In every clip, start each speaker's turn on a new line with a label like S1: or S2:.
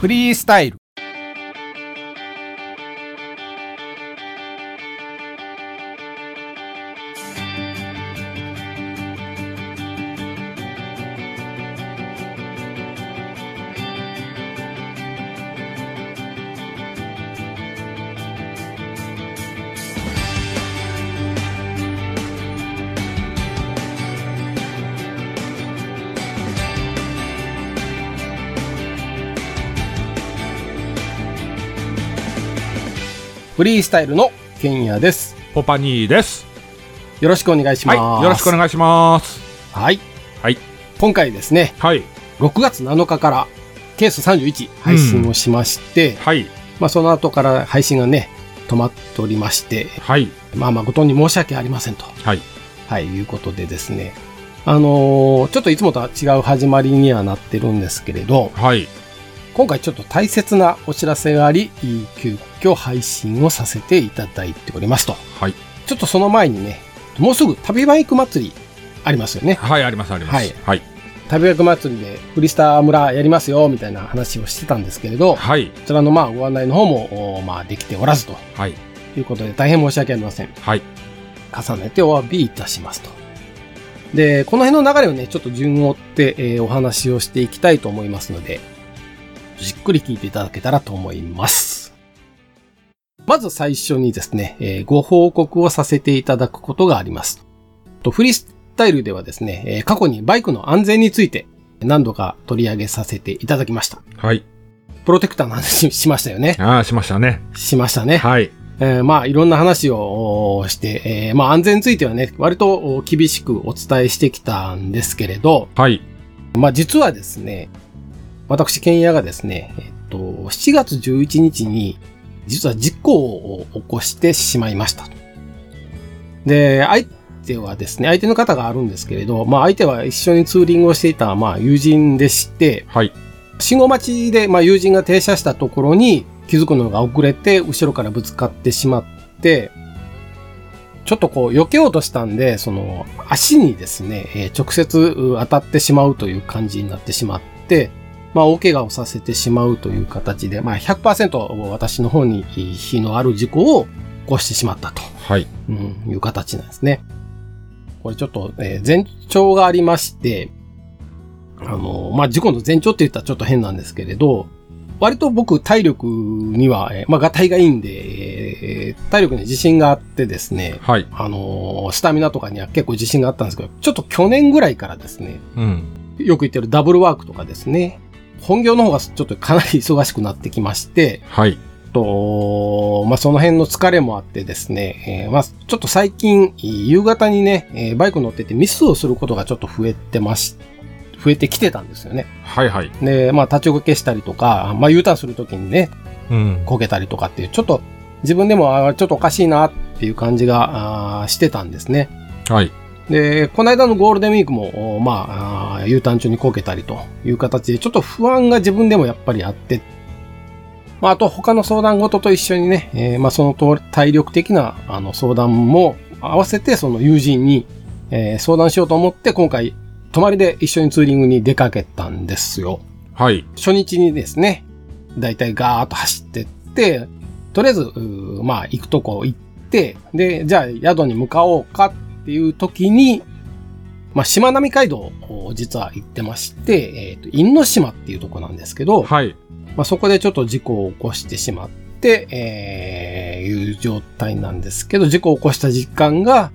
S1: フリースタイルフリースタイルのケンヤです
S2: ポパニーです。
S1: よろしくお願いしま
S2: は
S1: す、
S2: い、よろしくお願いします。
S1: はい
S2: はい
S1: 今回ですね
S2: はい、
S1: 6月7日からケース31配信をしまして、
S2: はい、
S1: まあその後から配信がね止まっておりまして
S2: はい、
S1: まあ誠に申し訳ありませんと
S2: はい、
S1: はい、いうことでですね。あのーちょっといつもとは違う始まりにはなってるんですけれど、
S2: はい、
S1: 今回ちょっと大切なお知らせがあり、急遽配信をさせていただいておりますと。
S2: はい、
S1: ちょっとその前にね、もうすぐ旅バイク祭りありますよね。
S2: はい、あります、あります。はい、
S1: 旅バイク祭りでフリスター村やりますよ、みたいな話をしてたんですけれど、こ
S2: はい、
S1: ちらのまあご案内の方も、おまあできておらずと
S2: はい、
S1: いうことで大変申し訳ありません。
S2: はい、
S1: 重ねてお詫びいたしますと。で、この辺の流れをね、ちょっと順を追って、えーお話をしていきたいと思いますので、じっくり聞いていただけたらと思います。まず最初にですね、えーご報告をさせていただくことがあります。とフリースタイルではですね、えー過去にバイクの安全について何度か取り上げさせていただきました。
S2: はい、
S1: プロテクターの話しましたよね。
S2: ああ、しましたね。
S1: しましたね。
S2: はい、
S1: えーまあ、いろんな話をおーして、えーまあ、安全についてはね、割とお厳しくお伝えしてきたんですけれど、
S2: はい、
S1: まあ、実はですね、私、ケンヤがですね、えっと、7月11日に、実は事故を起こしてしまいました。で、相手はですね、相手の方があるんですけれど、まあ、相手は一緒にツーリングをしていた、まあ、友人でして、
S2: はい、
S1: 信号待ちで、まあ、友人が停車したところに気づくのが遅れて、後ろからぶつかってしまって、ちょっとこう、避けようとしたんで、その、足にですね、えー直接う当たってしまうという感じになってしまって、まあ、大怪我をさせてしまうという形で、まあ100、私の方に非のある事故を起こしてしまったと。
S2: はい、
S1: うん、いう形なんですね。これちょっと、えー前兆がありまして、あの、まあ、事故の前兆って言ったらちょっと変なんですけれど、割と僕体力には、えーまあ、がたいがいいんで、えー体力に自信があってですね、
S2: はい、
S1: あのースタミナとかには結構自信があったんですけど、ちょっと去年ぐらいからですね、
S2: うん、
S1: よく言ってるダブルワークとかですね、本業の方がちょっとかなり忙しくなってきまして、
S2: はい、
S1: と、まあ、その辺の疲れもあってですね、えーまあ、ちょっと最近、えー夕方にね、えーバイク乗っててミスをすることがちょっと増えてまし、増えてきてたんですよね。
S2: はい、はい、
S1: で、まあ、立ちこけしたりとか、まあ、U ターンするときにね、
S2: うん、
S1: こけたりとかっていう、ちょっと自分でも、あーちょっとおかしいなっていう感じが、あーしてたんですね。
S2: はい、
S1: で、この間のゴールデンウィークも、おまああー、U ターン中にこけたりという形で、ちょっと不安が自分でもやっぱりあって、まあ、あと他の相談事と一緒にね、えーまあ、そのと体力的なあの相談も合わせて、その友人に、えー相談しようと思って、今回、泊まりで一緒にツーリングに出かけたんですよ。
S2: はい、
S1: 初日にですね、だいたいガーッと走ってって、とりあえず、うーまあ、行くとこ行って、で、じゃあ宿に向かおうかっていう時に、まあ、しまなみ海道を実は行ってまして、えっ、と、因島っていうとこなんですけど、
S2: はい、
S1: まあ、そこでちょっと事故を起こしてしまって、えー、いう状態なんですけど、事故を起こした時間が、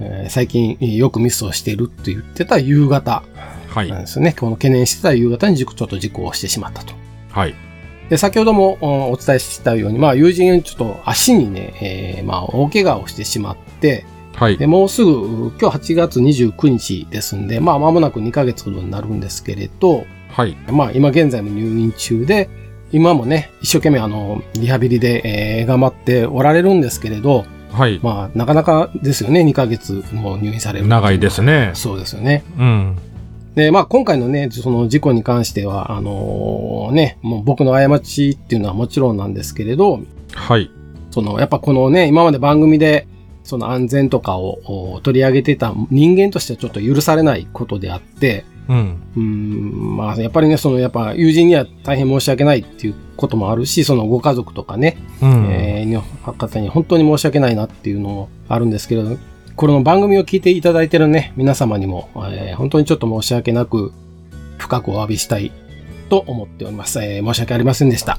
S1: えー最近えーよくミスをしているって言ってた夕方
S2: はい
S1: なん、ですよね。この懸念してた夕方に事故、ちょっと事故をしてしまったと。
S2: はい、
S1: で、先ほどもうんお伝えしたように、まあ、友人、ちょっと足にね、えーまあ、大怪我をしてしまって、
S2: はい
S1: で、、もうすぐ、今日8月29日ですんで、まあ、間もなく2ヶ月ほどになるんですけれど、
S2: はい、
S1: まあ、今現在も入院中で、今もね、一生懸命、あの、リハビリで、えー頑張っておられるんですけれど、
S2: はい、
S1: まあ、なかなかですよね、2ヶ月も入院される。。
S2: 長いですすね。
S1: そうですよね。
S2: うん、
S1: で、まあ今回のね、その事故に関しては、あのね、もう僕の過ちっていうのはもちろんなんですけれど、
S2: はい、
S1: そのやっぱこのね、今まで番組で、その安全とかをお取り上げてた人間としてはちょっと許されないことであって、
S2: うん。
S1: うーん、まあ、やっぱりね、その、やっぱ、友人には大変申し訳ないっていうこともあるし、そのご家族とかね、
S2: うん。
S1: えーの方に本当に申し訳ないなっていうのもあるんですけれど、この番組を聞いていただいてるね、皆様にも、えー本当にちょっと申し訳なく、深くお詫びしたいと思っております。えー申し訳ありませんでした。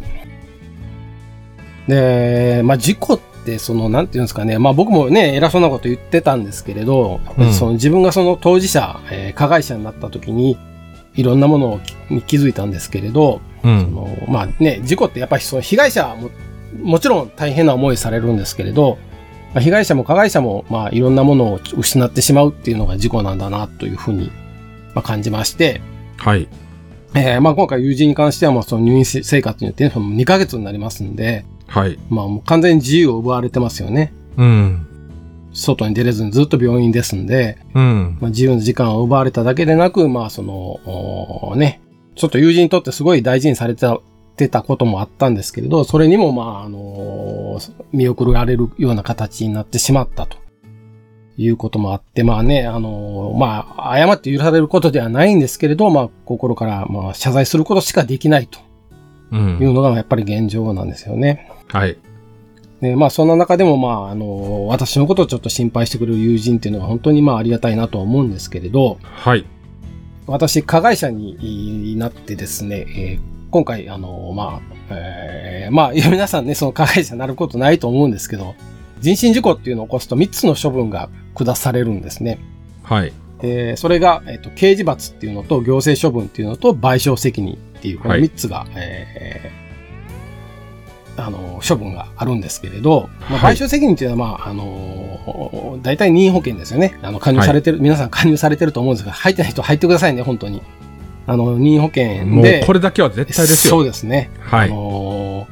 S1: で、まあ、事故って、その、なんていうんですかね、まあ僕もね、偉そうなこと言ってたんですけれど、
S2: うん
S1: その自分がその当事者、えー加害者になった時に、いろんなものをきに気づいたんですけれど、
S2: う
S1: あ
S2: ん。
S1: のまあね、事故ってやっぱりその被害者ももちろん大変な思いされるんですけれど、まあ被害者も加害者も、まあ、いろんなものを失ってしまうっていうのが事故なんだなというふうに、まあ、感じまして、
S2: はい。
S1: えーまあ、今回友人に関してはもうその入院生活によって、ね、その2ヶ月になりますんで、
S2: はい。
S1: まあ、もう完全に自由を奪われてますよね。
S2: うん。
S1: 外に出れずにずっと病院ですんで、
S2: うん。
S1: まあ、自由の時間を奪われただけでなく、まあその、おーね、ちょっと友人にとってすごい大事にされてた、てたこともあったんですけれど、それにもまああのー見送られるような形になってしまったと。いうこともあって、まあね、あのーまあ、謝って許されることではないんですけれど、まあ、心から、まあ、謝罪することしかできないと
S2: う。
S1: いうんのが、やっぱり現状なんですよね。
S2: はい。
S1: ね、まあそんな中でもまああの、私のことをちょっと心配してくれる友人っていうのは本当にまあありがたいなとは思うんですけれど、
S2: はい。
S1: 私加害者になってですね、えー今回あの、まあ、えーまあいや皆さんね、その加害者になることないと思うんですけど、人身事故っていうのを起こすと3つの処分が下されるんですね。
S2: はい。
S1: でそれが、えっと刑事罰っていうのと行政処分っていうのと賠償責任っていうこの
S2: はい
S1: 3つが、えーあの処分があるんですけれど、まあ、
S2: はい
S1: 賠償責任っていうのは、まああの大体任意保険ですよねあの加入されてる、皆さん加入されてると思うんですが入ってない人入ってくださいね本当にあの任意保険で
S2: もうこれだけは絶対です
S1: そう
S2: よ。
S1: ですね
S2: は
S1: あ
S2: い。
S1: の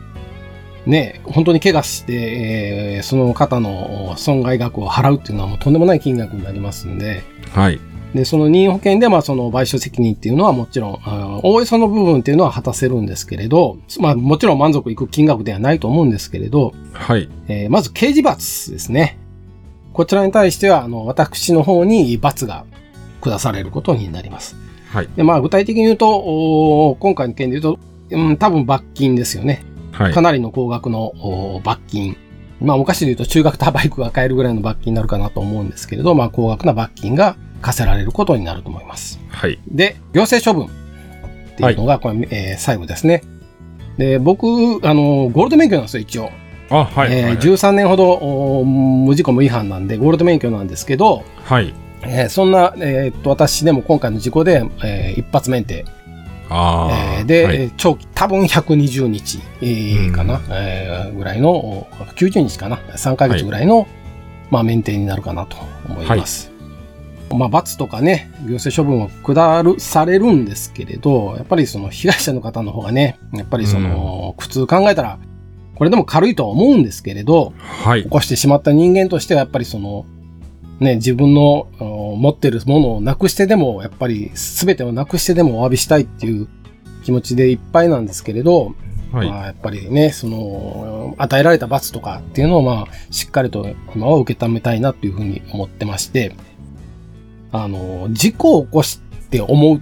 S1: ーね、本当に怪我して、えーその方の損害額を払うっていうのはもうとんでもない金額になりますんで、
S2: はい。
S1: で、その任意保険で、まあ、その賠償責任っていうのはもちろん、あのおおよその部分っていうのは果たせるんですけれど、まあ、もちろん満足いく金額ではないと思うんですけれど、
S2: はい。
S1: えーまず刑事罰ですね。こちらに対しては、あの、私の方に罰が下されることになります。
S2: はい。
S1: で、まあ、具体的に言うと、おー今回の件で言うと、うん、多分罰金ですよね。
S2: はい
S1: か。なりの高額のおー罰金。まあ、お菓子で言うと中額ターバイクが買えるぐらいの罰金になるかなと思うんですけれど、まあ、高額な罰金が課せられることになると思います。
S2: はい。
S1: で、行政処分っていうのが、これ、えー最後ですね。で、僕、あの、ゴールド免許なんですよ、一応。
S2: あ、はい。
S1: えー
S2: はい
S1: 13年ほど、おー無事故無違反なんで、ゴールド免許なんですけど、
S2: はい。
S1: えーそんな、えーっと、私でも今回の事故で、えー一発免停
S2: あ
S1: え
S2: あ。
S1: ーで、
S2: はい
S1: えー長期、多分120日、えー
S2: うん
S1: かな、えーぐらいの、お90日かな、3ヶ月ぐらいの、まあ、免停になるかなと思います。まあ、罰とかね、行政処分を下る、されるんですけれど、やっぱりその被害者の方の方がね、やっぱりその、苦痛考えたら、これでも軽いとは思うんですけれど、
S2: は
S1: 起
S2: い。
S1: こしてしまった人間としては、やっぱりその、ね、自分のあの持ってるものをなくしてでも、やっぱり全てをなくしてでもお詫びしたいっていう気持ちでいっぱいなんですけれど、
S2: はい
S1: ま。あ、やっぱりね、その、与えられた罰とかっていうのを、まあ、しっかりと今は受け止めたいなっていうふうに思ってまして、あの、事故を起こして思っ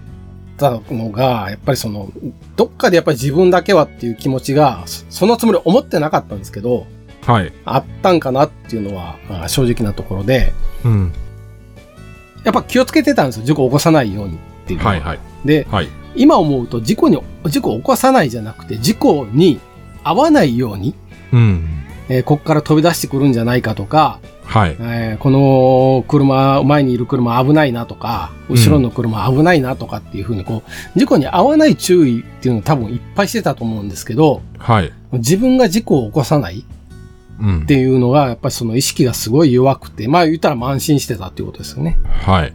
S1: たのが、やっぱりその、どっかでやっぱり自分だけはっていう気持ちが、そそのつもり思ってなかったんですけど、
S2: はい。
S1: あったんかなっていうのはあ正直なところで、
S2: うん。
S1: やっぱ気をつけてたんですよ。事故を起こさないようにっていうのは。
S2: はい。はい。
S1: で、
S2: はい。
S1: 今思うと事故に、事故を起こさないじゃなくて、事故に合わないように、
S2: うん。
S1: えーここから飛び出してくるんじゃないかとか、
S2: はい。
S1: えーこの車、前にいる車危ないなとか、後ろの車危ないなとかっていうふうに、こう、事故に合わない注意っていうのを多分いっぱいしてたと思うんですけど、
S2: はい。
S1: 自分が事故を起こさない
S2: うん
S1: って。いうのが、やっぱりその意識がすごい弱くて、まあ言ったら慢心してたっていうことですよね。
S2: はい。
S1: っ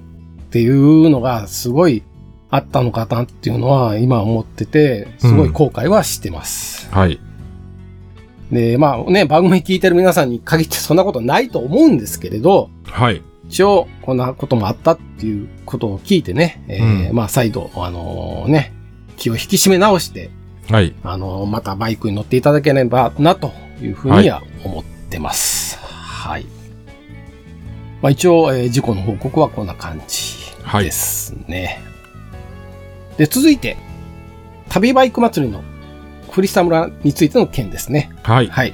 S1: ていうのがすごいあったのかなっていうのは今思ってて、すごい後悔はしてます。
S2: はい。
S1: で、まあね、番組聞いてる皆さんに限ってそんなことないと思うんですけれど、
S2: はい。
S1: 一応こんなこともあったっていうことを聞いてね、えー
S2: うん
S1: まあ再度、あのね、気を引き締め直して、
S2: はい。
S1: あのまたバイクに乗っていただければなというふうには思ってます。はい。まあ、一応、えー事故の報告はこんな感じ
S2: はい
S1: ですね。で、続いて、旅バイク祭りの栗下村についての件ですね。
S2: はい。
S1: はい。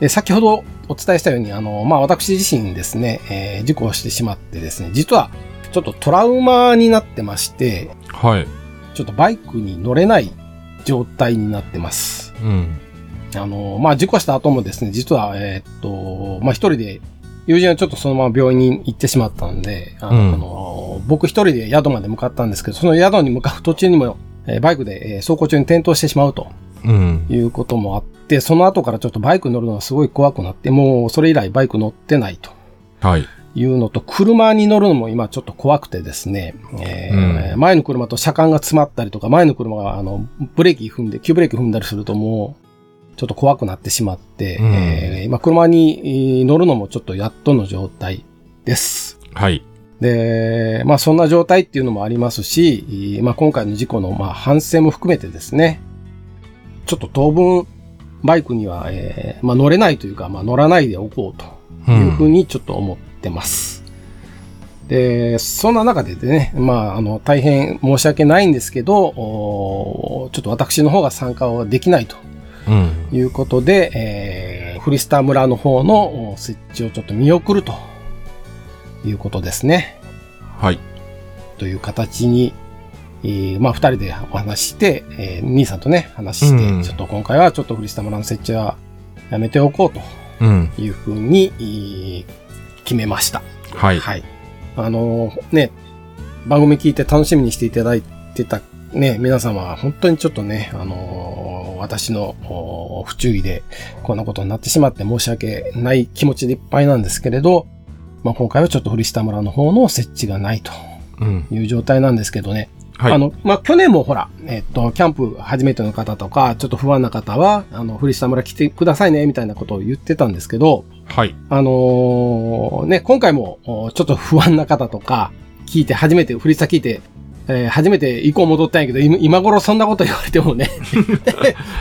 S1: で、先ほどお伝えしたように、あの、まあ、私自身ですね、えー事故をしてしまってですね、実は、ちょっとトラウマになってまして、
S2: はい。
S1: ちょっとバイクに乗れない状態になってます。
S2: うん。
S1: あの、まあ、事故した後もですね、実は、えーっと、まあ、一人で、友人はちょっとそのまま病院に行ってしまったんで、あの、
S2: うん
S1: あの僕一人で宿まで向かったんですけど、その宿に向かう途中にも、えーバイクで、えー走行中に転倒してしまうと
S2: うん。
S1: いうこともあって、その後からちょっとバイク乗るのがすごい怖くなって、もうそれ以来バイク乗ってないと
S2: はい。
S1: いうのと、車に乗るのも今ちょっと怖くてですね、えー前の車と車間が詰まったりとか、前の車があのブレーキ踏んで、急ブレーキ踏んだりするともうちょっと怖くなってしまって、
S2: うん
S1: えー今車にえー乗るのもちょっとやっとの状態です。
S2: はい。
S1: で、まあそんな状態っていうのもありますし、えーまあ今回の事故のまあ反省も含めてですね、ちょっと当分バイクには、えーまあ乗れないというか、まあ乗らないでおこうと
S2: う。
S1: いうふうんにちょっと思ってます。で、そんな中でね、まあ、あの、大変申し訳ないんですけど、おーちょっと私の方が参加はできないと
S2: うん。
S1: いうことで、えー、フリスタ村の方のお設置をちょっと見送るということですね。
S2: はい。
S1: という形に、えーまあ、二人でお話しして、えー兄さんとね、話して、
S2: うん
S1: ちょっと今回はちょっとフリスタ村の設置はやめておこうと
S2: うん。
S1: いうふうに、えー決めました。
S2: はい。
S1: はい。あのーね、番組聞いて楽しみにしていただいてたね、皆様は本当にちょっとね、あのー私のおー不注意でこんなことになってしまって申し訳ない気持ちでいっぱいなんですけれど、まあ、今回はちょっと古下村の方の設置がないと
S2: うん。
S1: いう状態なんですけどね。
S2: はい。
S1: あの、まあ、去年もほら、えっと、キャンプ初めての方とか、ちょっと不安な方は、あの、古下村来てくださいね、みたいなことを言ってたんですけど、
S2: はい。
S1: あのーね、今回も、おちょっと不安な方とか、聞いて初めて、振り先聞いて、えー初めて以降戻ったんやけど、今今頃そんなこと言われても ね、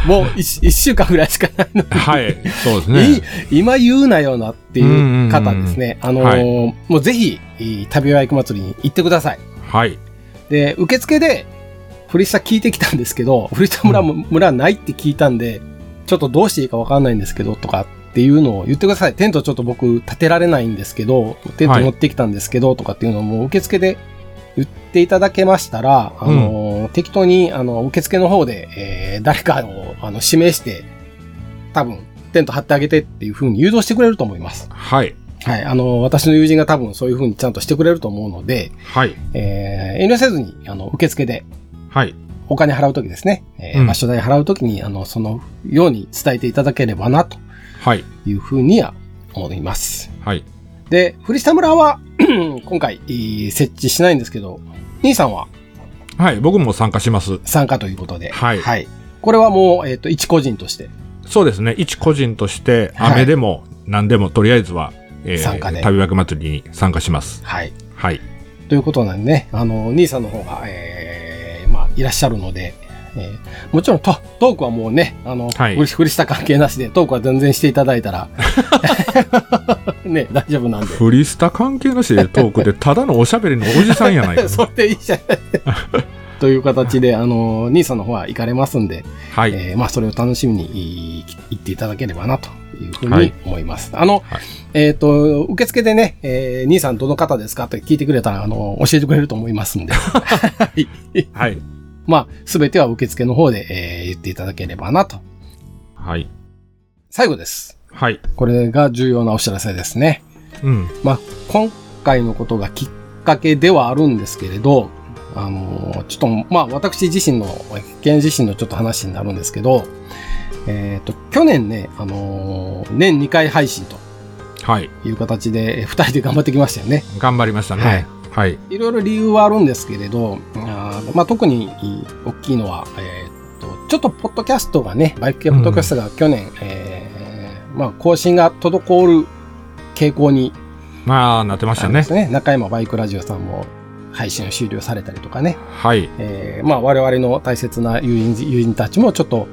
S1: もう一一週間ぐらいしかないのに、
S2: はい。そうですね。
S1: い今言うなよなっていう方ですね。あのー
S2: は
S1: もうぜひ、えー旅は行く祭りに行ってください。
S2: はい。
S1: で、受付で、フリスタ聞いてきたんですけど、フリスタ村も、村ないって聞いたんで、ちょっとどうしていいかわかんないんですけど、とかっていうのを言ってください。テントちょっと僕立てられないんですけど、テント持ってきたんですけど、とかっていうのをもう受付で言っていただけましたら、あの、適当に、あの、受付の方で、えー誰かを、あの、指名して、多分、テント張ってあげてっていう風に誘導してくれると思います。
S2: はい。
S1: はい。あの、私の友人が多分そういう風にちゃんとしてくれると思うので、
S2: はい。
S1: えー遠慮せずに、あの、受付で、
S2: はい。
S1: お金払うときですね、えー
S2: うん
S1: 場所代払うときに、あの、そのように伝えていただければな、と
S2: はい。
S1: いうふうには思います。
S2: はい。
S1: で、古下村は、 今回、えー設置しないんですけど、兄さんは
S2: はい。僕も参加します。
S1: 参加ということで、
S2: はい
S1: これはもう、えっ、と、一個人として、
S2: そうですね。一個人として、
S1: はい
S2: 雨でも何でもとりあえずは、えー
S1: 参加で
S2: 旅枠祭りに参加します。
S1: はい。
S2: はい。
S1: ということなんでね、あの、兄さんの方が、えーまあ、いらっしゃるので、えーもちろんトトークはもうね、あの、
S2: はい
S1: ふりふりした関係なしで、トークは全然していただいた ら、ね、大丈夫なんで。
S2: フリスタ関係なしでトークで、ただのおしゃべりのおじさんやない か。
S1: それでいいじゃないという形で、あの、兄さんの方は行かれますんで、
S2: はい。
S1: えーまあ、それを楽しみにい行っていただければな、というふう
S2: は
S1: に
S2: い
S1: 思います。あの、
S2: はい
S1: えっ、と、受付でね、えー兄さんどの方ですかって聞いてくれたら、あの、教えてくれると思いますんで、はい
S2: はい。
S1: まあ、すべては受付の方で、えー言っていただければな、と。
S2: はい。
S1: 最後です。
S2: はい。
S1: これが重要なお知らせですね。
S2: うん。
S1: まあ、今回のことがきっかけではあるんですけれど、あのーちょっと、まあ、私自身の、県自身のちょっと話になるんですけど、えっ、と、去年ね、あのー年2回配信と
S2: はい。
S1: いう形で、2人で頑張ってきましたよね。
S2: 頑張りましたね。
S1: は
S2: はいい。はい。
S1: いろいろ理由はあるんですけれど、あーまあ、特に大きいのは、えーっとちょっとポッドキャストがね、バイク系ポッドキャストが去年、えーまあ、更新が滞る傾向に
S2: まあ、なってまし
S1: あ
S2: た
S1: りま
S2: ね
S1: す。ね中山バイクラジオさんも配信を終了されたりとかね、
S2: はい。
S1: えーまあ、我々の大切な友人友人たちもちょっと、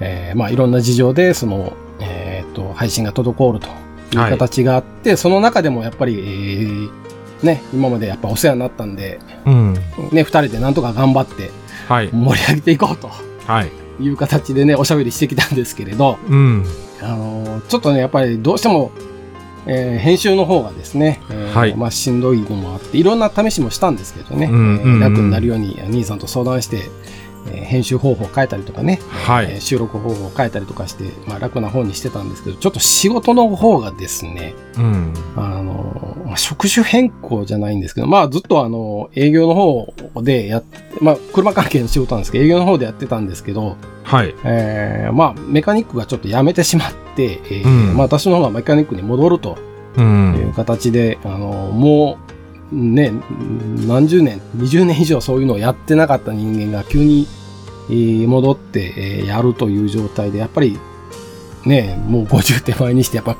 S1: えーまあ、いろんな事情でその、えーっと配信が滞るという形があって、その中でもやっぱり、えーね、今までやっぱお世話になったんで、
S2: うん。
S1: ね、二人でなんとか頑張って、
S2: はい。
S1: 盛り上げていこうと
S2: はい。
S1: いう形でね、おしゃべりしてきたんですけれど、
S2: うん。
S1: あのちょっとね、やっぱりどうしても、えー編集の方がですね、えー
S2: はい
S1: まあ、しんどいのもあって、いろんな試しもしたんですけどね、
S2: うん
S1: え
S2: うんう
S1: ー
S2: ん
S1: 楽になるように、兄さんと相談して、えー編集方法を変えたりとかね、
S2: は
S1: えー
S2: い。
S1: 収録方法を変えたりとかして、まあ、楽な方にしてたんですけど、ちょっと仕事の方がですね、
S2: うん。
S1: あの、まあ職種変更じゃないんですけど、まあずっとあの、営業の方でやって、まあ車関係の仕事なんですけど、営業の方でやってたんですけど、
S2: はい。
S1: えーまあメカニックがちょっと辞めてしまって、えー
S2: うん
S1: まあ私の方はメカニックに戻ると
S2: う。
S1: いうん形で、あの、もうね、何十年、20年以上そういうのをやってなかった人間が急に、えー戻って、えーやるという状態で、やっぱりね、もう50手前にして、やっぱ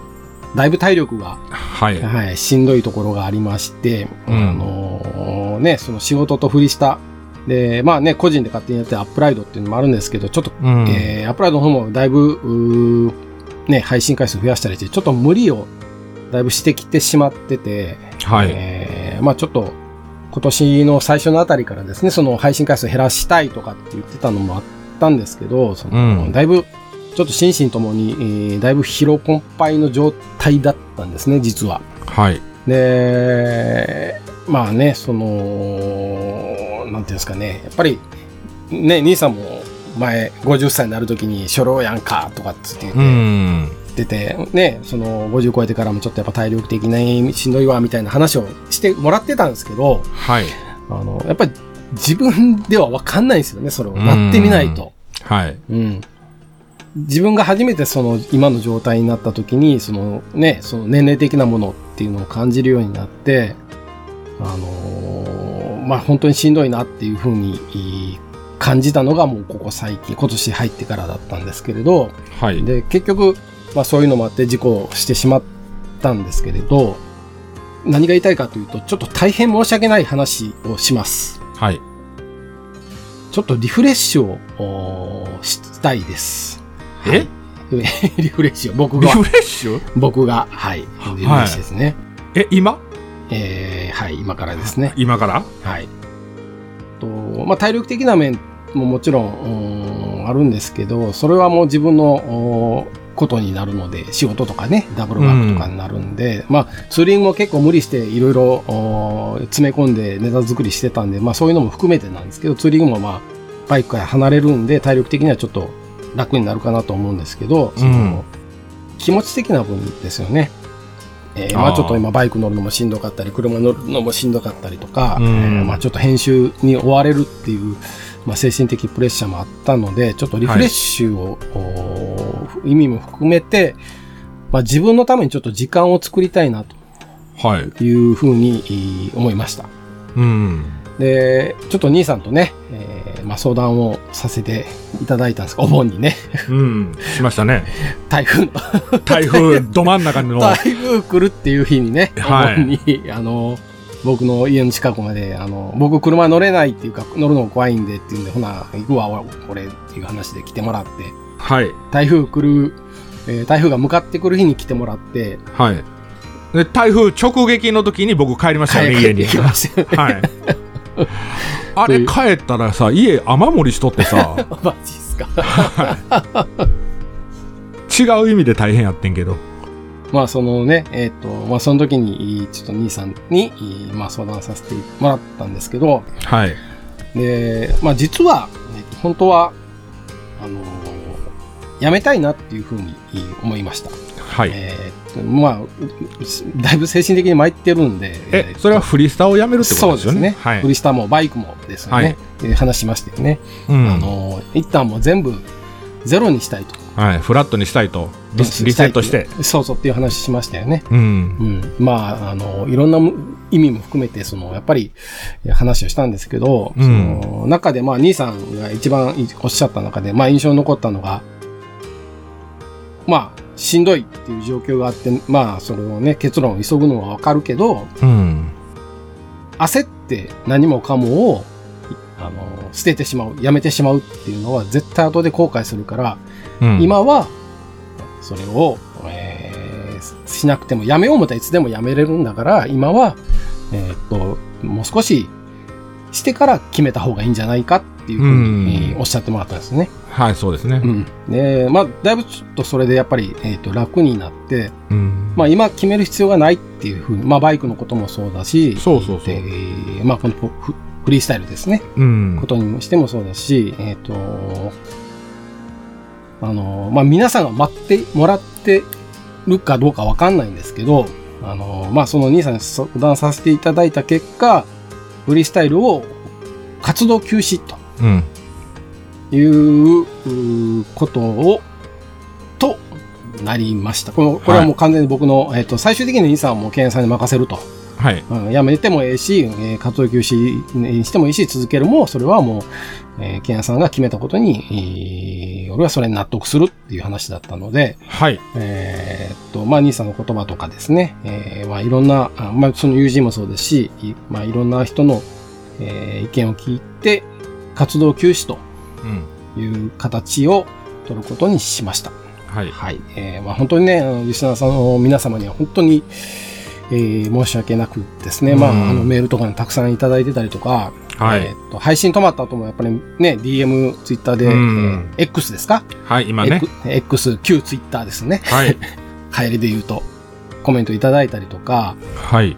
S1: だいぶ体力が
S2: はい。
S1: はい、しんどいところがありまして、
S2: うん
S1: あのーね、その仕事と振りした、で、まあね、個人で勝手にやってるアップライドっていうのもあるんですけど、ちょっと、
S2: うん。
S1: えーアップライドの方もだいぶ、うーね、配信回数増やしたりして、ちょっと無理をだいぶしてきてしまってて、
S2: はい。
S1: えーまあちょっと、今年の最初のあたりからですね、その配信回数減らしたいとかって言ってたのもあったんですけど、その
S2: うん
S1: だいぶ、ちょっと心身ともに、えーだいぶ疲労困憊の状態だったんですね、実は。
S2: はい。
S1: で、まあね、その、なんていうんですかね、やっぱり、ね、兄さんも前、50歳になるときに、初老やんか、とかっつって
S2: う
S1: 言っ
S2: ん。
S1: てて、ね、その、50超えてからもちょっとやっぱ体力的にしんどいわ、みたいな話をしてもらってたんですけど、
S2: はい。
S1: あの、やっぱり自分ではわかんないんですよね、それを。なってみないと。
S2: はい。
S1: うん。自分が初めてその今の状態になった時に、そのね、その年齢的なものっていうのを感じるようになって、あのーまあ、本当にしんどいなっていうふうにい感じたのがもうここ最近、今年入ってからだったんですけれど、
S2: はい。
S1: で、結局、まあそういうのもあって事故をしてしまったんですけれど、何が言いたいかというと、ちょっと大変申し訳ない話をします。
S2: はい。
S1: ちょっとリフレッシュをおーしたいです。
S2: え
S1: はい リフレッシュ、僕
S2: リ
S1: が
S2: フ、レッシュ
S1: 僕が、はい、リフレッシュですね。
S2: え、今
S1: えーはい、今からですね。
S2: 今から
S1: はい。と、まあ、体力的な面ももちろん、うーんあるんですけど、それはもう自分の、おーことになるので、仕事とかね、ダブルワークとかになるんで、まあ、ツーリングも結構無理していろいろおー詰め込んでネタ作りしてたんで、まあそういうのも含めてなんですけど、ツーリングもまあ、バイクから離れるんで、体力的にはちょっと楽になるかなと思うんですけど、その気持ち的な分ですよね。えーま
S2: あ
S1: あ
S2: ー
S1: ちょっと今バイク乗るのもしんどかったり、車乗るのもしんどかったりとか、
S2: うん
S1: えーまあちょっと編集に追われるっていう、まあ精神的プレッシャーもあったので、ちょっとリフレッシュを、おー意味も含めて、まあ自分のためにちょっと時間を作りたいな
S2: はい。
S1: というふうにえー思いました。
S2: うん。
S1: で、ちょっと兄さんとね、えーまあ相談をさせていただいたんですが、お盆にね、
S2: うん。しましたね。
S1: 台風の
S2: 台風ど真ん中の。は
S1: 台風来るっていう日にね、
S2: はい
S1: お盆に、あの、僕の家の近くまで、あの、僕車乗れないっていうか、乗るの怖いんでっていうんで、ほな、行くわ、俺、俺っていう話で来てもらって、
S2: い。
S1: 台風来る、えー台風が向かってくる日に来てもらって、
S2: はい。で、台風直撃の時に僕帰りましたよね、家に。
S1: 行きましたよね。
S2: はい。あれ帰ったらさ、家雨漏りしとってさ、
S1: マジっすか。
S2: 違う意味で大変やってんけど。
S1: まあ、そのね、えっ、と、まあ、その時に、ちょっと兄さんに、まあ、相談させてもらったんですけど、
S2: はい。
S1: で、まあ、実は、えっと本当は、あのやめたいなっていうふうに思いました。
S2: はい。
S1: えーっとまあううだいぶ精神的に参ってるんで
S2: え、それはフリスタをやめるってこ
S1: そ
S2: と
S1: う
S2: で
S1: ですす
S2: よね。
S1: ね、
S2: はい
S1: フ。リスタもバイクもですよね、
S2: はい
S1: えー話しましたよね、
S2: うん
S1: あの一旦もう全部ゼロにしたいと
S2: はい。フラットにしたいと。リスリセットして。
S1: そうそうっていう話しましたよね
S2: うん
S1: う。ん、まあ、あの、いろんなむ意味も含めて、その、やっぱりえ話をしたんですけど、
S2: うん
S1: その中で、まあ、兄さんが一番いおっしゃった中で、まあ、印象に残ったのが、まあ、しんどいっていう状況があって、まあ、それをね、結論を急ぐのはわかるけど、
S2: うん。
S1: 焦って何もかもを、あの、捨ててしまう、やめてしまうっていうのは、絶対後で後悔するから、
S2: うん、
S1: 今は、それを、えーしなくても、やめようもたらいつでもやめれるんだから、今は、えーっと、もう少ししてから決めた方がいいんじゃないかっっていうふうに、
S2: うん
S1: えーおっしゃってもらったんですね。
S2: はい、そうですね
S1: う。ん、で、まあ、だいぶちょっとそれでやっぱり、えー、と楽になって、
S2: うん
S1: まあ、今決める必要がないっていうふうに、まあ、バイクのこともそうだし、
S2: そうそうそう
S1: えーまあ、このフフフリースタイルですね、
S2: うん
S1: ことにしてもそうだし、えっ、と、あの、まあ、皆さんが待ってもらってるかどうかわかんないんですけど、あの、まあ、その兄さんに相談させていただいた結果、フリースタイルを活動休止と
S2: うん
S1: いううーことを、と、なりました。この、これはもう完全に僕の、えっ、と、最終的に兄さんはもう検査に任せると。
S2: はい。
S1: うん、やめてもええし、えー活動休止にしてもいいし、続けるも、それはもう、えー、ケンヤさんが決めたことに、えー俺はそれに納得するっていう話だったので、
S2: はい。
S1: えーっと、まあ、兄さんの言葉とかですね、えーまあ、いろんな、あまあ、その友人もそうですし、いまあ、いろんな人の、えー意見を聞いて、活動休止と
S2: うん
S1: いう形を取ることにしました。
S2: はい。
S1: はい。えーまあ、本当にね、あのリスナーさんの皆様には本当に、えー申し訳なくですね、まあ、
S2: うん
S1: あのメールとかにたくさんいただいてたりとか、
S2: は
S1: え
S2: い。
S1: ーと配信止まった後もやっぱりね、DM、ツイッターで、
S2: うん
S1: えー X ですか、
S2: はい、今ね。
S1: X、X 旧ツイッターですね。
S2: はい。
S1: 帰りで言うと、コメントいただいたりとか、
S2: はい。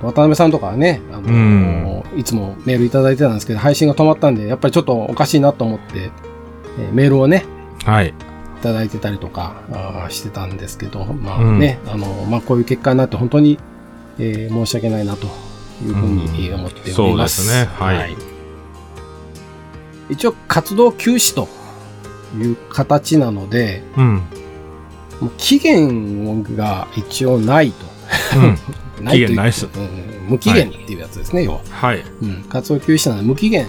S1: 渡辺さんとかはね、あのいつもメールいただいてたんですけど、配信が止まったんで、やっぱりちょっとおかしいなと思って、えーメールをね、
S2: はい。
S1: いただいてたりとかあーしてたんですけど、まあね、あの、まあこういう結果になって本当に、えー申し訳ないなというふうにえー
S2: うん
S1: 思っております。
S2: そうですねはい
S1: 一応活動休止という形なので、
S2: うん。
S1: もう期限が一応ないと。
S2: うん。
S1: なとう
S2: 期限ないっす
S1: うん無期限っていうやつですね、要は。
S2: はい。
S1: うん、活動休止なので無期限。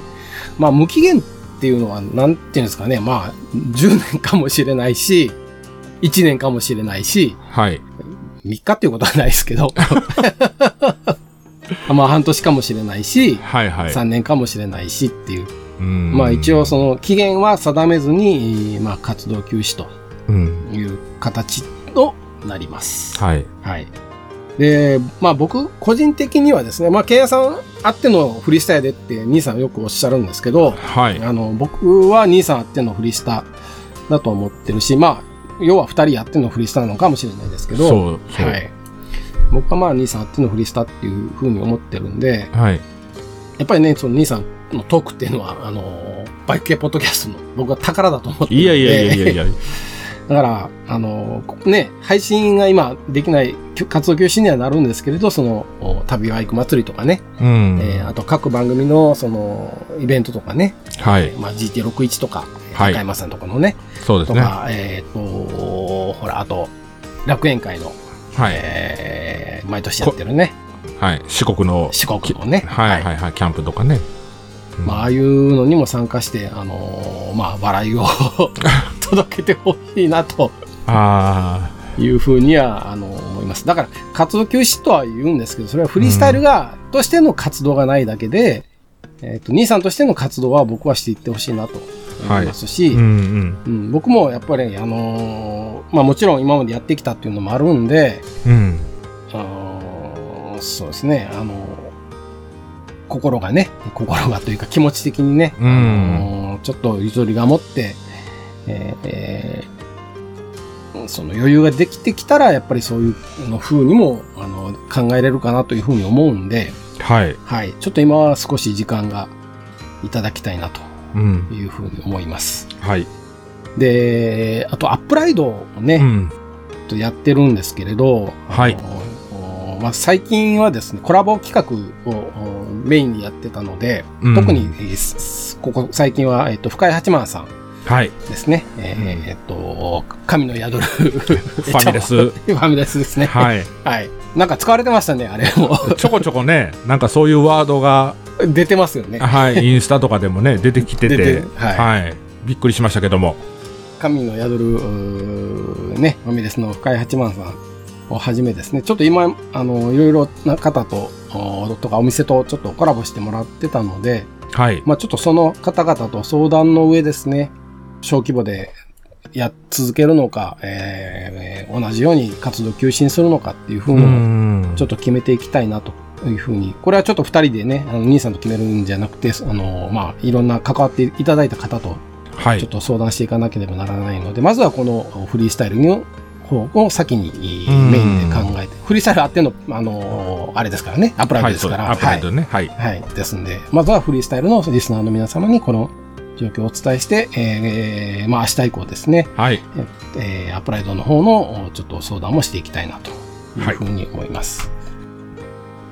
S1: まあ無期限っていうのはなんていうんですかね、まあ10年かもしれないし、1年かもしれないし、
S2: はい。
S1: 3日っていうことはないですけど、 まあ半年かもしれないし、
S2: はい。はい。
S1: 3年かもしれないしっていう、
S2: うん
S1: まあ一応その期限は定めずに、えーまあ活動休止と
S2: うん。
S1: いう形となります。
S2: はい。
S1: はい。で、まあ僕、個人的にはですね、まあ、ケンヤさんあってのフリースタイルでって、兄さんよくおっしゃるんですけど、
S2: はい。
S1: あの、僕は兄さんあってのフリースタだと思ってるし、まあ、要は二人あってのフリースタなのかもしれないですけど、
S2: そう。そう。
S1: は
S2: はい。
S1: い。僕はまあ、兄さんあってのフリースタっていうふうに思ってるんで、
S2: はい。
S1: やっぱりね、その兄さんのトークっていうのは、あの、バイク系ポッドキャストの僕は宝だと思ってるんで。
S2: いやいやいやいやいや。
S1: だから、あの、こね、配信が今できないきょ活動休止にはなるんですけれど、その、お旅バイク祭りとかね、
S2: うん。
S1: えーあと各番組の、その、イベントとかね、
S2: はい。
S1: まあ、GT61 とか、
S2: はい
S1: 高山さんとかのね、
S2: そうです
S1: と
S2: ね。
S1: か、えっ、と、ほら、あと、楽園会の、
S2: はい。
S1: えー毎年やってるね、
S2: はい。四国の。
S1: 四国のね、
S2: はいはいはい。キャンプとかね。うん
S1: まあ、ああいうのにも参加して、あのーまあ、笑いを 届けてほしいなと。
S2: あ
S1: いうふうにはあの思います。だから活動休止とは言うんですけど、それはフリースタイルが、としての活動がないだけで、えっ、と、兄さんとしての活動は僕はしていってほしいなと思いますし、
S2: ーうん
S1: うん僕もやっぱり、あのーまあもちろん今までやってきたっていうのもあるんで、
S2: うん。うん。
S1: あのーそうですね、あのー心がね、心がというか気持ち的にね、
S2: うん
S1: あのーちょっとゆとりが持って、えーえーその余裕ができてきたら、やっぱりそういうの風にも、あの考えれるかなというふうに思うんで、
S2: はい。
S1: はい、ちょっと今は少し時間がいただきたいなと
S2: うん。
S1: いうふうに思います。
S2: はい。
S1: で、あとアップライドをね、
S2: うん。
S1: ちょっとやってるんですけれど、
S2: はい
S1: あのおまあ、最近はですね、コラボ企画をおメインにやってたので、
S2: うん
S1: 特に、えーすここ最近は、えっと深井八幡さん
S2: はい。
S1: ですね、えー
S2: うん
S1: えっと神の宿るフ
S2: ファミレ ス。
S1: ファミレスですね。はい、
S2: はい。
S1: なんか使われてましたね、あれも。
S2: ちょこちょこね、なんかそういうワードが、
S1: 出てますよね。
S2: はい、インスタとかでもね、出てきてて、
S1: 出ては
S2: はい、びっくりしましたけども。
S1: 神の宿るうーね、ファミレスの深井八幡さんをはじめですね、ちょっと今、あの、いろいろな方と、おーとかお店とちょっとコラボしてもらってたので、
S2: はい。
S1: まあちょっとその方々と相談の上ですね、小規模でや、続けるのか、えーえー同じように活動休止にするのかっていうふ
S2: う
S1: うに、
S2: ん。
S1: ちょっと決めていきたいなというふうに、これはちょっと二人でね、あの、兄さんと決めるんじゃなくて、あの、まあ、いろんな関わっていただいた方と、
S2: は
S1: ちょっ
S2: い。
S1: と相談していかなければならないので、まずはこのフリースタイルの方を先にえー
S2: うん
S1: メインで考えて、フリースタイルあっての、あのーあれですからね、アップライト
S2: はい、
S1: です
S2: そう
S1: か
S2: です。
S1: ら、
S2: アップ
S1: は
S2: デ
S1: い
S2: ートね。はい。
S1: はい。ですんで、まずはフリースタイルのリスナーの皆様にこの状況をお伝えして、えーまあ明日以降ですね、
S2: はい。
S1: えーアップライドの方のおちょっと相談もしていきたいなというふうに思います。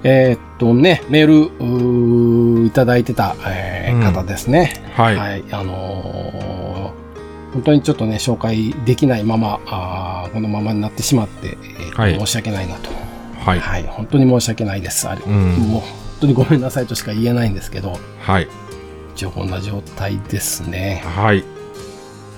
S1: えーっとね、メールうーいただいてた、えー
S2: うん
S1: 方ですね。
S2: はい。
S1: はい、あのー本当にちょっとね、紹介できないまま、あーこのままになってしまって、えー
S2: はい
S1: 申し訳ないなと。
S2: はい。
S1: はい、本当に申し訳ないです。あれ、
S2: うん。
S1: もう本当にごめんなさいとしか言えないんですけど、
S2: はい。
S1: 一応こんな状態ですね。
S2: はい。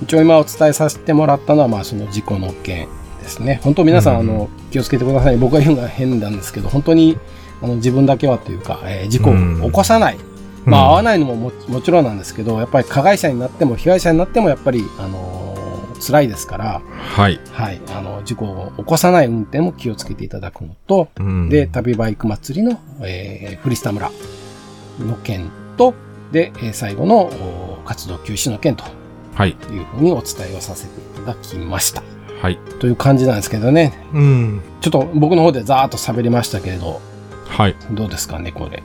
S1: 一応今お伝えさせてもらったのは、まあその事故の件ですね。本当皆さん、
S2: うん
S1: あの、気をつけてください。僕が言うのは変なんですけど、本当に、あの、自分だけはというか、えー事故を起こさない。まあ、会わ
S2: な
S1: ないのもももちろんなんですけど、やっぱり加害者になっても被害者になっても、やっぱり、あのー辛いですから、
S2: はい。
S1: はい、あの、事故を起こさない運転も気をつけていただくのと、
S2: うん
S1: で、、旅バイク祭りの、えー、フリスタ村の件と、で、えー最後のお活動休止の件と
S2: はい。
S1: いうふうにお伝えをさせていただきました。
S2: はい。
S1: という感じなんですけどね、
S2: うん。
S1: ちょっと僕の方でざーっと喋りましたけれど、
S2: はい。
S1: どうですかね、これ。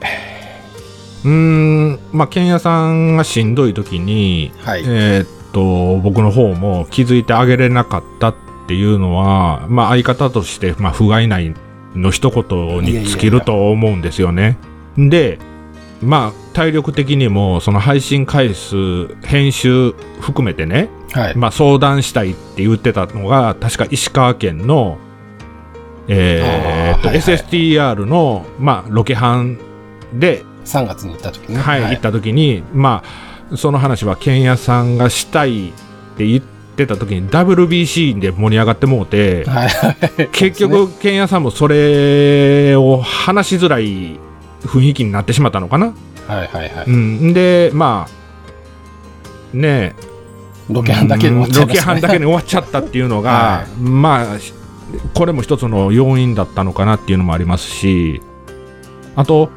S2: うーん。まあ、剣屋さんがしんどい時に、
S1: は。
S2: えーっと、僕の方も気づいてあげれなかったっていうのは、まあ、相方として、まあ、不甲斐ないの一言に尽きると思うんですよね。で、まあ、体力的にも、その配信回数、編集含めてね、
S1: はい。
S2: まあ、相談したいって言ってたのが、確か石川県の、えーっと、
S1: あーはいはい
S2: SSTR の、まあ、ロケハンで、
S1: 3月に行った時ね。
S2: はい、行った時に、まあ、その話は、剣屋さんがしたいって言ってた時に、WBC で盛り上がってもうて、
S1: はい。
S2: 結局、剣屋さんもそれを話しづらい雰囲気になってしまったのかな。
S1: はいはいは
S2: う
S1: い。
S2: ん、で、まあ、ねえ、
S1: ロケハンだけで終わっちゃいま
S2: ロケ
S1: した
S2: ハ
S1: ね
S2: ンだけに終わっちゃったっていうの が、
S1: は
S2: まあ、これも一つの要因だったのかなっていうのもありますし、あと、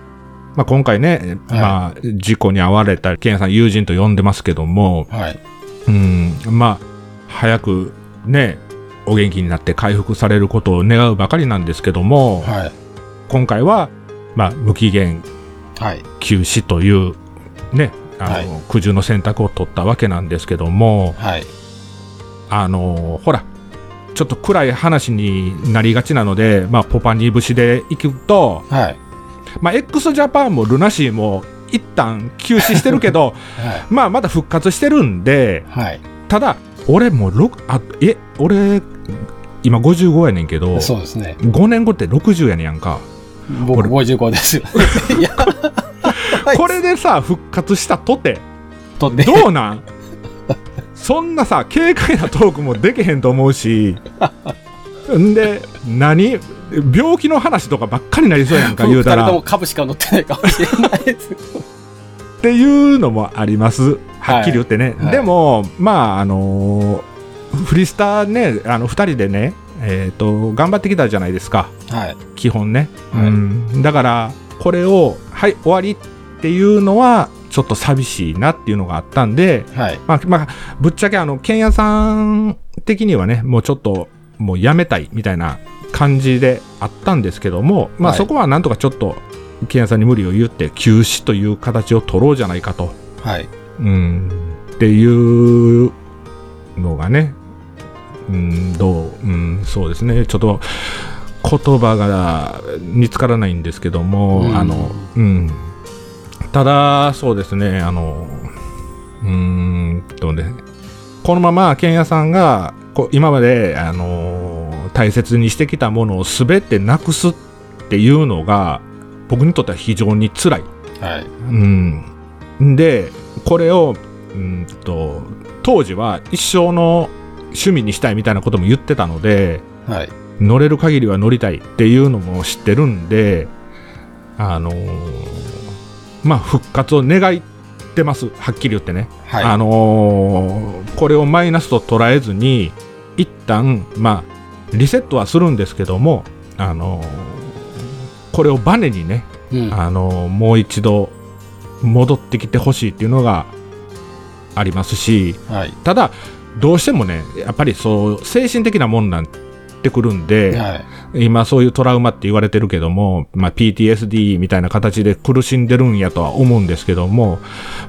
S2: まあ、今回ね、
S1: はい
S2: まあ、事故に遭われた、ケンさん友人と呼んでますけども、
S1: はい。
S2: うん、まあ、早くね、お元気になって回復されることを願うばかりなんですけども、
S1: はい。
S2: 今回は、まあ、無期限
S1: はい。
S2: 休止という、ね、あの、
S1: はい
S2: 苦渋の選択を取ったわけなんですけども、
S1: はい。
S2: あのーほら、ちょっと暗い話になりがちなので、まあ、ポパニ節で行くと、
S1: はい。
S2: まあ、x ジャパンもルナシーも一旦休止してる けど、
S1: はい。
S2: まあ、まだ復活してるんで、
S1: はい。
S2: ただ、俺もう、あ、え、俺、今55やねんけど、
S1: そうですね。
S2: 5年後って60やねんやんか。
S1: 僕
S2: 俺
S1: 55ですよ。いや、はい
S2: これでさ、復活したとて、
S1: とね。
S2: どうなんそんなさ軽快なトークもできへんと思うしんで何病気の話とかばっかりなりそうやんか言うた
S1: 二人
S2: ら
S1: と
S2: っ
S1: も株しか乗ってないかもしれないです。
S2: ていうのもありますはっきり言ってね、
S1: はい
S2: でもまああのーフリスタねあの2人でねえっ、と頑張ってきたじゃないですか
S1: はい。
S2: 基本ね、
S1: はい
S2: うんだからこれをはい終わりっていうのはちょっと寂しいなっていうのがあったんで、
S1: はい。
S2: まあ、まあ、ぶっちゃけ、あの、剣屋さん的にはね、もうちょっと、もうやめたいみたいな感じであったんですけども、まあ、
S1: はい
S2: そこはなんとかちょっと、剣屋さんに無理を言って、休止という形を取ろうじゃないかと、
S1: はい。
S2: うん、っていうのがね、うん、どう、うん、そうですね、ちょっと、言葉が見つからないんですけども、
S1: うん
S2: あの、うん、ただ、そうですね、あの、うーんとね、このまま、剣屋さんが、こう今まで、あのー大切にしてきたものを全てなくすっていうのが、僕にとっては非常に辛い。
S1: はい。
S2: うん、で、これを、うんと、当時は一生の趣味にしたいみたいなことも言ってたので、
S1: はい。
S2: 乗れる限りは乗りたいっていうのも知ってるんで、あのーまあ、復活を願ってます。はっきり言ってね。
S1: はい。
S2: あのーこれをマイナスと捉えずに、一旦、まあ、リセットはするんですけども、あのーこれをバネにね、
S1: うん。
S2: あのもう一度戻ってきてほしいっていうのがありますし
S1: はい。
S2: ただどうしてもねやっぱりそう精神的なもんなんてくるんで、
S1: はい。
S2: 今そういうトラウマって言われてるけども、まあ、PTSD みたいな形で苦しんでるんやとは思うんですけども、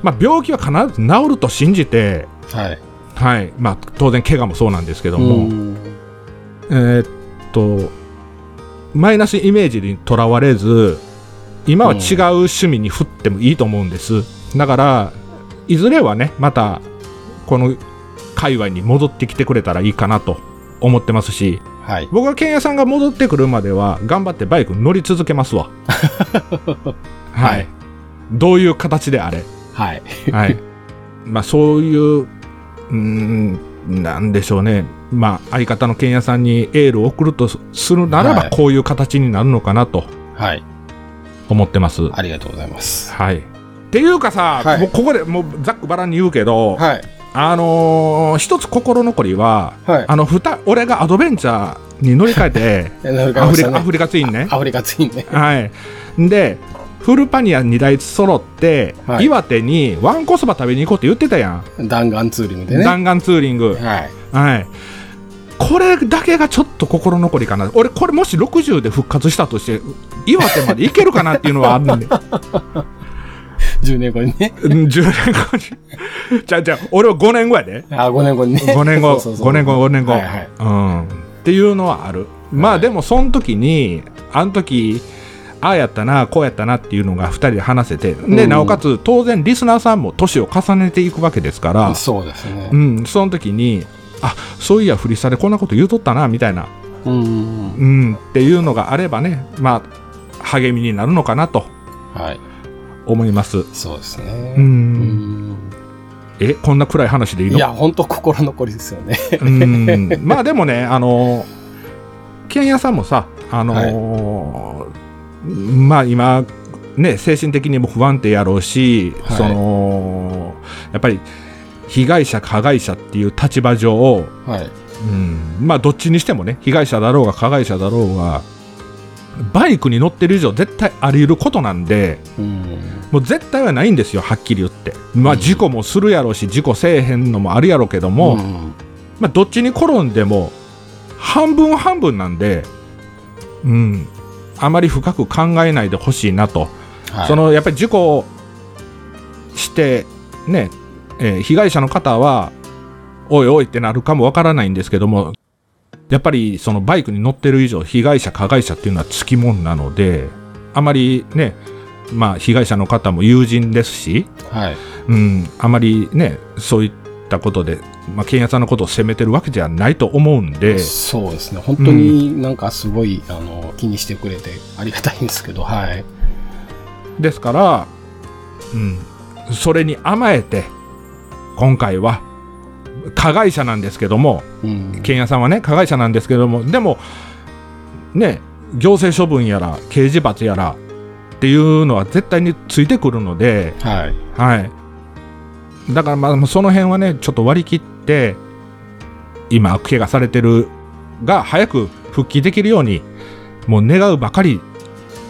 S2: まあ、病気は必ず治ると信じて、
S1: はい。
S2: はいまあ、当然怪我もそうなんですけども、
S1: うん
S2: えーっとマイナスイメージにとらわれず今は違う趣味に振ってもいいと思うんです、だからいずれはねまたこの界隈に戻ってきてくれたらいいかなと思ってますし
S1: はい。
S2: 僕はケンヤさんが戻ってくるまでは頑張ってバイク乗り続けます わはい、
S1: はい
S2: どういう形であれ
S1: はい。
S2: はい。まあそういう、うーん、なんでしょうね。まあ相方の剣屋さんにエールを送るとするなら
S1: は
S2: ば、
S1: い
S2: こういう形になるのかなと
S1: はい。
S2: 思ってます。はい。
S1: ありがとうございます。
S2: っていうかさ、
S1: はい
S2: もうここでもうざっくばらんに言うけど、
S1: はい。
S2: あのー一つ心残りは、
S1: はい。
S2: あの、ふた、俺がアドベンチャーに乗り換えて、
S1: えなんか
S2: ア
S1: あ
S2: フ
S1: りました
S2: リカ、
S1: ね
S2: アフリカツインね。
S1: アフリカツインね。
S2: はい。で、フルパニア2台揃って、
S1: はい
S2: 岩手にワンコそば食べに行こうって言ってたやん。
S1: 弾丸ツーリングでね。
S2: 弾丸ツーリング、
S1: はい。
S2: はい、これだけがちょっと心残りかな俺これもし60で復活したとして岩手まで行けるかなっていうのはあるんで
S1: 10年後にね。
S2: うん10 年後にじゃあじゃあ俺は5年後やで
S1: あ、5年後にね。
S2: 5年後
S1: そうそうそう
S2: 5年後5年後、
S1: はいはい
S2: うん、っていうのはあるまあ、
S1: はい
S2: でもその時にあの時ああやったなこうやったなっていうのが2人で話せてで、
S1: うん
S2: なおかつ当然リスナーさんも年を重ねていくわけですから、
S1: そうですね
S2: う。ん、その時にあそういやフリサでこんなこと言うとったなみたいな、
S1: うんうんうん。
S2: うん、っていうのがあればねまあ励みになるのかなと
S1: はい。
S2: 思います、
S1: そうです
S2: う、
S1: ね。うんん
S2: えこんな暗い話でいい
S1: い
S2: の
S1: や、本当心残りですよね。
S2: うんまあでもねあのケンヤさんもさあの、まあ今ね精神的にも不安定やろうし、
S1: はい
S2: そのやっぱり被害者加害者っていう立場上
S1: はい。
S2: うん、まあどっちにしてもね被害者だろうが加害者だろうがバイクに乗ってる以上絶対あり得ることなんで
S1: うん。
S2: もう絶対はないんですよはっきり言ってまあ
S1: うん
S2: 事故もするやろうし事故せえへんのもあるやろうけども、
S1: うん
S2: まあどっちに転んでも半分半分なんでうんあまり深く考えないでほしいなと、
S1: はい。
S2: そのやっぱり事故をしてね、えー被害者の方はおいおいってなるかもわからないんですけどもやっぱりそのバイクに乗ってる以上被害者加害者っていうのはつきもんなのであまりねまあ被害者の方も友人ですし、
S1: はい。
S2: うん、あまりねそういったことで、まあ、剣屋さんのことを責めてるわけじゃないと思うんで、
S1: そうですね。本当になんかすごい、あの、気にしてくれてありがたいんですけど、はい。
S2: ですから、うん、それに甘えて今回は加害者なんですけども
S1: うん。
S2: 剣屋さんはね加害者なんですけどもでもね行政処分やら刑事罰やらっていうのは絶対についてくるので、
S1: はい。
S2: はい、だからまあその辺はねちょっと割り切って今怪我されてるが早く復帰できるようにもう願うばかり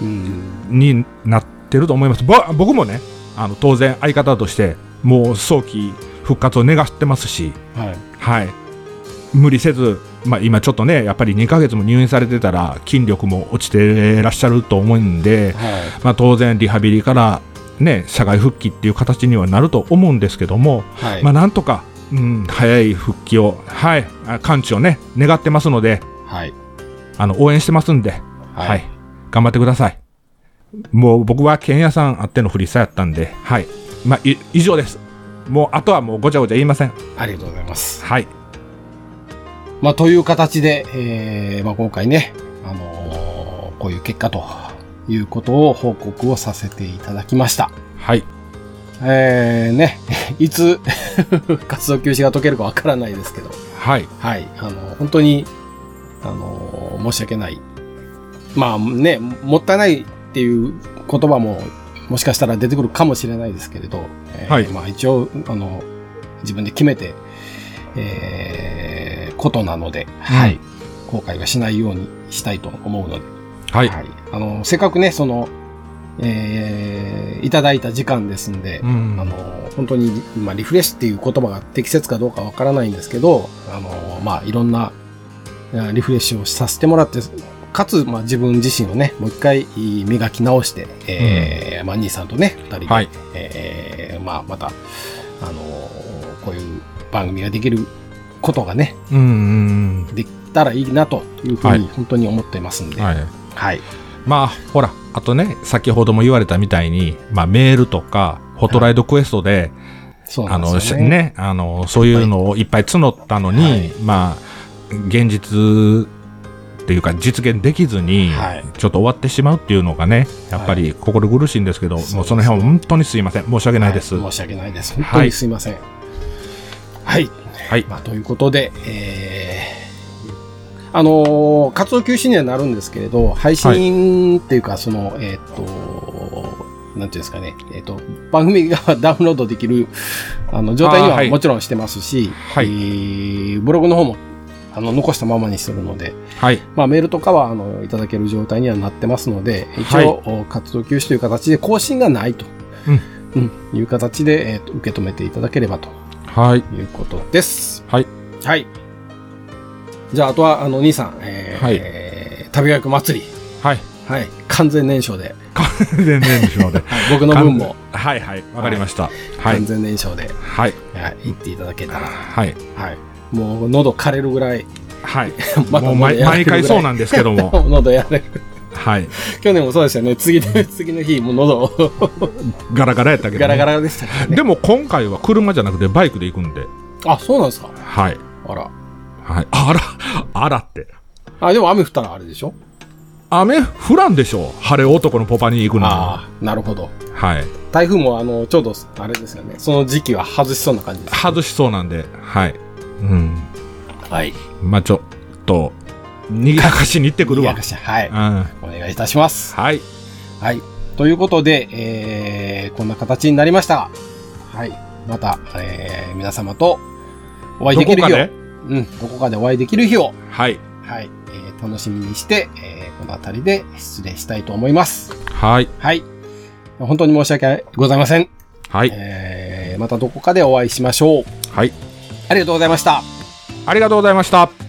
S1: うん。
S2: になってると思いますぼ僕もねあの当然相方としてもう早期復活を願ってますし、
S1: はい。
S2: はい、無理せず、まあ、今ちょっとねやっぱり2ヶ月も入院されてたら筋力も落ちてらっしゃると思うんで、
S1: は
S2: まあ、当然リハビリから、ね、社会復帰っていう形にはなると思うんですけども、
S1: い。はい。
S2: まあ、なんとか、うん、早い復帰を、はい、あ完治をね願ってますので
S1: はい。
S2: あの応援してますんで、はい
S1: はい。
S2: 頑張ってください。もう僕は剣屋さんあってのフリーさやったんで、はい。まあ、い以上です。もうあとはもうごちゃごちゃ言いません。
S1: ありがとうございます。
S2: はい。
S1: まあ、という形で、えー、まあ、今回ね、あのーこういう結果ということを報告をさせていただきました。
S2: はい。
S1: えー、ね、 いつ活動休止が解けるかわからないですけど、
S2: はい。
S1: はい、あの、本当に、あの、申し訳ない。まあね、もったいないっていう言葉も、もしかしたら出てくるかもしれないですけれど、えー
S2: はい
S1: まあ一応、あの、自分で決めて、えーことなので、はい。後悔はしないようにしたいと思うので、
S2: はい。
S1: あの、せっかくね、その、えーいただいた時間ですんで、
S2: うん
S1: あの、本当に、まあ、リフレッシュっていう言葉が適切かどうかわからないんですけど、あの、まあ、いろんなえーリフレッシュをさせてもらって、かつ、まあ、自分自身をね、もう一回いい磨き直して、えーまあ、兄さんとね、二人で、
S2: はい
S1: えーまあ、また、あの、こういう番組ができることがね、
S2: うんうん
S1: できたらいいなというふう
S2: はい
S1: に本当に思ってますん
S2: うん
S1: で、
S2: はい
S1: はい。
S2: まあほらあとね先ほども言われたみたいに、まあ、メールとかホットライドクエストで、
S1: そうな
S2: あ
S1: ん
S2: の
S1: です
S2: し
S1: よね。
S2: ねあのそういうのをいっぱい募ったのに、
S1: はい
S2: まあ現実っていうか実現できずに、
S1: はい
S2: ちょっと終わってしまうっていうのがねやっぱり心苦しいんですけど、
S1: そうです
S2: もうその辺は本当にすいません申し訳ないです。
S1: はい申し訳ないです。本当にすいません。はい。
S2: はい
S1: まあ、ということで、えー、あのー活動休止にはなるんですけれど、配信っていうか、その、えーっ、と、なんていうんですかね、えーっ、と、番組が ダウンロードできる、あの、状態に
S2: あー
S1: は
S2: はい
S1: もちろんしてますし、
S2: はい
S1: えーブログの方も、あの、残したままにするので、
S2: はい
S1: まあ、メールとかは、あの、いただける状態にはなってますので、一応、お活動休止という形で更新がないと。うんいう形で、えーと受け止めていただければと
S2: はい
S1: いうことです。
S2: はい。
S1: はい。じゃあ、あとは、あの、兄さん、えー、
S2: はい
S1: えー旅役祭り。
S2: はい
S1: はい。完全燃焼で。
S2: 全然でしょうね
S1: はい、僕の分も
S2: はいはいわかりましたはい
S1: 完全燃焼で、
S2: はい
S1: はい、行っていただけたら。
S2: はい
S1: はい。もう、喉枯れるぐらい。
S2: はい、
S1: また
S2: も
S1: 喉
S2: う毎
S1: やられる
S2: 毎
S1: ぐらい
S2: 回そうなんですけ ども
S1: 喉やられる。
S2: はい
S1: 去年もそうでしたよね。次 の、次の日、もう喉、
S2: ガラガラやったけどね、
S1: ガラガラでしたからね。
S2: でも今回は車じゃなくてバイクで行くんで
S1: あ、そうなんですか
S2: はい
S1: あら。
S2: はいあらあらって
S1: あ、でも雨降ったらあれでしょ
S2: 雨降らんでしょう晴れ男のポパに行くのは
S1: ああ、なるほど。
S2: はい
S1: 台風も、あの、ちょうど、あれですよね。その時期は外しそうな感じです。
S2: 外しそうなんではいうん
S1: はい。
S2: まあちょっとにぎやかしに行ってくるわ
S1: わ。はい
S2: うん。は
S1: お願いいたします。
S2: い
S1: はい。ということで、えー、こんな形になりました。はい。また、えー、皆様とお会い
S2: ど
S1: でき
S2: こ
S1: る
S2: か
S1: 日を、
S2: で
S1: うん、どこかでお会いできる日を、
S2: はい
S1: はい、えー楽しみにして、えー、この辺りで失礼したいと思います。
S2: はい
S1: はい。本当に申し訳ございません。
S2: はい
S1: えー、またどこかでお会いしましょう。
S2: はい
S1: ありがとうございました。
S2: ありがとうございました